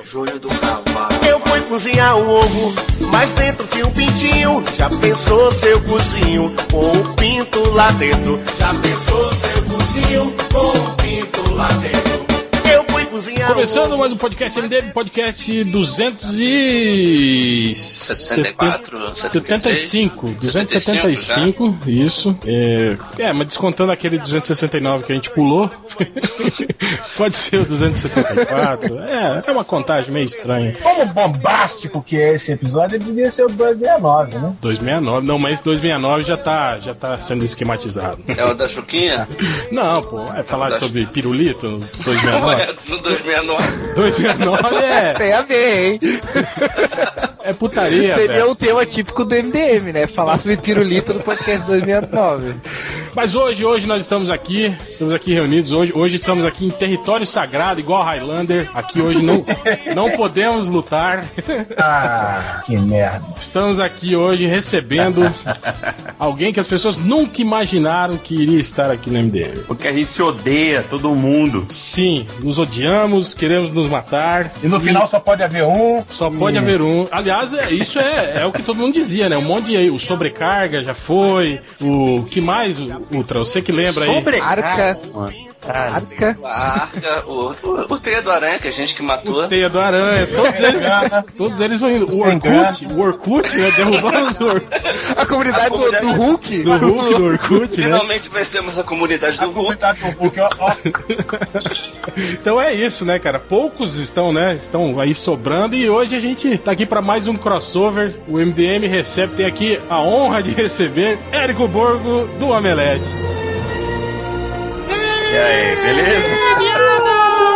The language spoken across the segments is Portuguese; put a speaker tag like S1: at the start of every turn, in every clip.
S1: Júlio do Cavalo.
S2: Eu fui cozinhar o ovo, mas dentro tinha um pintinho. Já pensou seu cozinho com o pinto lá dentro? Já pensou seu cozinho com o pinto lá dentro? Eu fui cozinhar
S3: Começando mais um podcast MDM, podcast 274,
S4: 74,
S3: 75, 275, isso. É, é, mas descontando aquele 269 que a gente pulou, pode ser o 274. É, é uma contagem meio estranha.
S5: Como bombástico que é esse episódio, ele devia ser o 269, né?
S3: 269, não, mas 269 já tá, já tá sendo esquematizado.
S4: É o da Chuquinha?
S3: Não, pô, é falar sobre pirulito, 269.
S4: No 2009.
S3: 269 é,
S6: Tem a ver, hein?
S3: é putaria,
S6: Seria
S3: velho.
S6: o tema típico do MDM, né? Falar sobre pirulito no podcast 2009.
S3: Mas hoje, hoje nós estamos aqui, estamos aqui reunidos hoje, hoje estamos aqui em território sagrado, igual Highlander. Aqui hoje não, não podemos lutar.
S5: Ah, que merda.
S3: Estamos aqui hoje recebendo alguém que as pessoas nunca imaginaram que iria estar aqui no MDM.
S7: Porque a gente se odeia, todo mundo.
S3: Sim, nos odiamos, queremos nos matar.
S5: E no final só pode haver um.
S3: Só pode haver um. Aliás, é- isso é, é o que todo mundo dizia, né? Um monte de. O sobrecarga já foi. O que mais, Ultra? Você que lembra aí?
S6: Arca. Arca.
S4: A arca, o, o, o Teia do Aranha, que a gente que matou.
S3: Teia do Aranha, todos eles, todos eles vão indo. O
S5: Sem
S3: Orkut, o Orkut, né? Derrubamos o Orkut,
S6: A comunidade do, do Hulk.
S3: do Hulk do Orkut, né?
S4: Finalmente vencemos a comunidade do Hulk.
S5: Coitado do Hulk, ó, ó.
S3: Então é isso, né, cara? Poucos estão, né? Estão aí sobrando e hoje a gente tá aqui pra mais um crossover. O MDM recebe, tem aqui a honra de receber Érico Borgo do Omelete.
S7: E aí, beleza?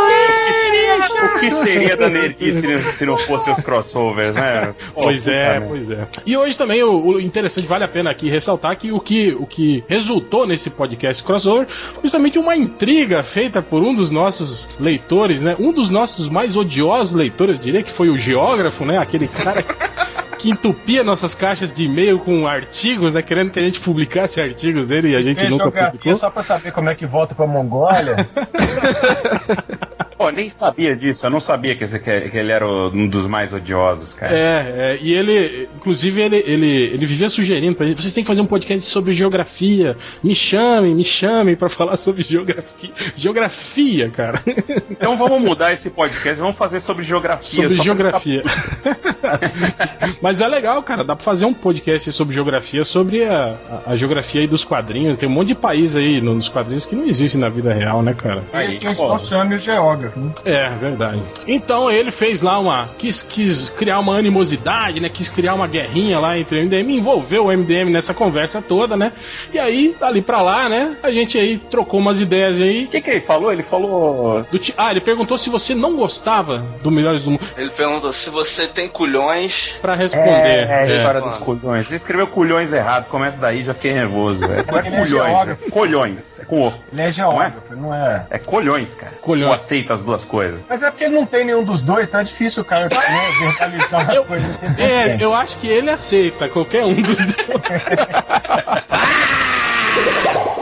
S7: O que seria da nerdice se não- se não fossem os crossovers, né? Pô,
S3: Pois
S7: puta
S3: é,
S7: merda.
S3: pois é. E hoje também o, o interessante, vale a pena aqui ressaltar que o, que o que resultou nesse podcast crossover foi justamente uma intriga feita por um dos nossos leitores, né? Um dos nossos mais odiosos leitores, eu diria que foi o geógrafo, né? Aquele cara que entupia nossas caixas de e-mail com artigos, né? Querendo que a gente publicasse artigos dele e a gente
S5: Fez
S3: nunca
S5: geografia
S3: publicou.
S5: só pra saber como é que volta pra Mongólia.
S7: Pô, nem sabia disso, eu não sabia que, esse- que- que ele era o- um dos mais odiosos, cara.
S3: É, é, e ele, inclusive, ele, ele, ele vivia sugerindo pra gente, vocês têm que fazer um podcast sobre geografia. Me chamem, me chamem pra falar sobre geografia. Geografia, cara.
S7: Então vamos mudar esse podcast, vamos fazer sobre geografia.
S3: sobre
S7: só pra
S3: geografia. Mas é legal, cara. Dá pra fazer um podcast sobre geografia, sobre a, a- a geografia aí dos quadrinhos. Tem um monte de país aí no- nos quadrinhos que não existem na vida real, né, cara?
S7: ficar-
S5: Eles
S7: Aí,
S5: tinham
S7: pô,
S5: expulsando o geógrafo. né?
S3: É, verdade. Então ele fez lá uma. Quis, quis criar uma animosidade, né? Quis criar uma guerrinha lá entre o MDM, envolveu o MDM nessa conversa toda, né? E aí, dali pra lá, né? A gente aí trocou umas ideias aí.
S7: o que, que ele falou? Ele falou.
S3: Do ti... Ah, ele perguntou se você não gostava do Melhores do Mundo
S4: Ele perguntou se você tem culhões.
S3: pra
S7: É,
S3: responder.
S7: é, a história
S4: É.
S7: dos culhões. Ele escreveu culhões errado, começa daí, já fiquei nervoso, velho.
S5: Ele
S7: Não é
S5: é
S7: culhões, é
S5: geógrafo.
S7: colhões. É com o.
S5: Ele é geógrafo, não é?
S7: É colhões, cara.
S3: Colhões.
S7: Eu aceito as duas coisas.
S5: Mas é porque ele não tem nenhum dos dois, então é difícil o cara né, verbalizar uma coisa. que ele não
S3: É,
S5: tem.
S3: eu acho que ele aceita qualquer um dos dois.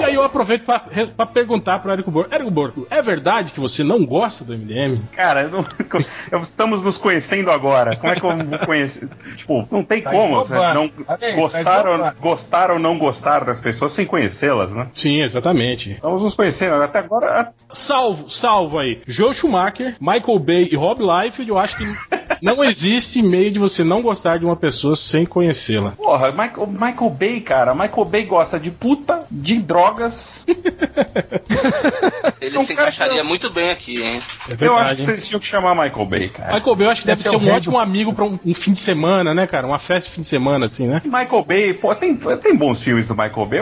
S3: E aí eu aproveito pra, re- pra perguntar pro Érico Borgo. Érico Borgo, é verdade que você não gosta do MDM?
S7: Cara, eu não- eu- estamos nos conhecendo agora. Como é que eu vou conhecer? Tipo, não tem
S5: Tá
S7: como. você
S5: esnobando.
S7: Não,
S5: Olha aí, tá
S7: gostar, ou,
S5: esnobando.
S7: gostar ou não gostar das pessoas sem conhecê-las, né?
S3: Sim, exatamente.
S7: Estamos nos conhecendo. Até agora, é,
S3: Salvo, salvo aí. Joe Schumacher, Michael Bay e Rob Liefeld, eu acho que não existe meio de você não gostar de uma pessoa sem conhecê-la.
S7: porra, Michael, Michael Bay, cara. Michael Bay gosta de puta, de drogas.
S4: Ele
S7: Não,
S4: se
S7: cara,
S4: encaixaria muito bem aqui, hein?
S3: É
S7: eu acho que
S3: hein?
S7: vocês tinham que chamar Michael Bay, cara.
S3: Michael Bay, eu acho que deve
S5: Esse é
S3: ser
S5: o
S3: um
S5: rei
S3: ótimo amigo pra um, um fim de semana, né, cara? Uma festa de fim de semana, assim, né?
S7: Michael Bay, pô, tem, tem bons filmes do Michael Bay.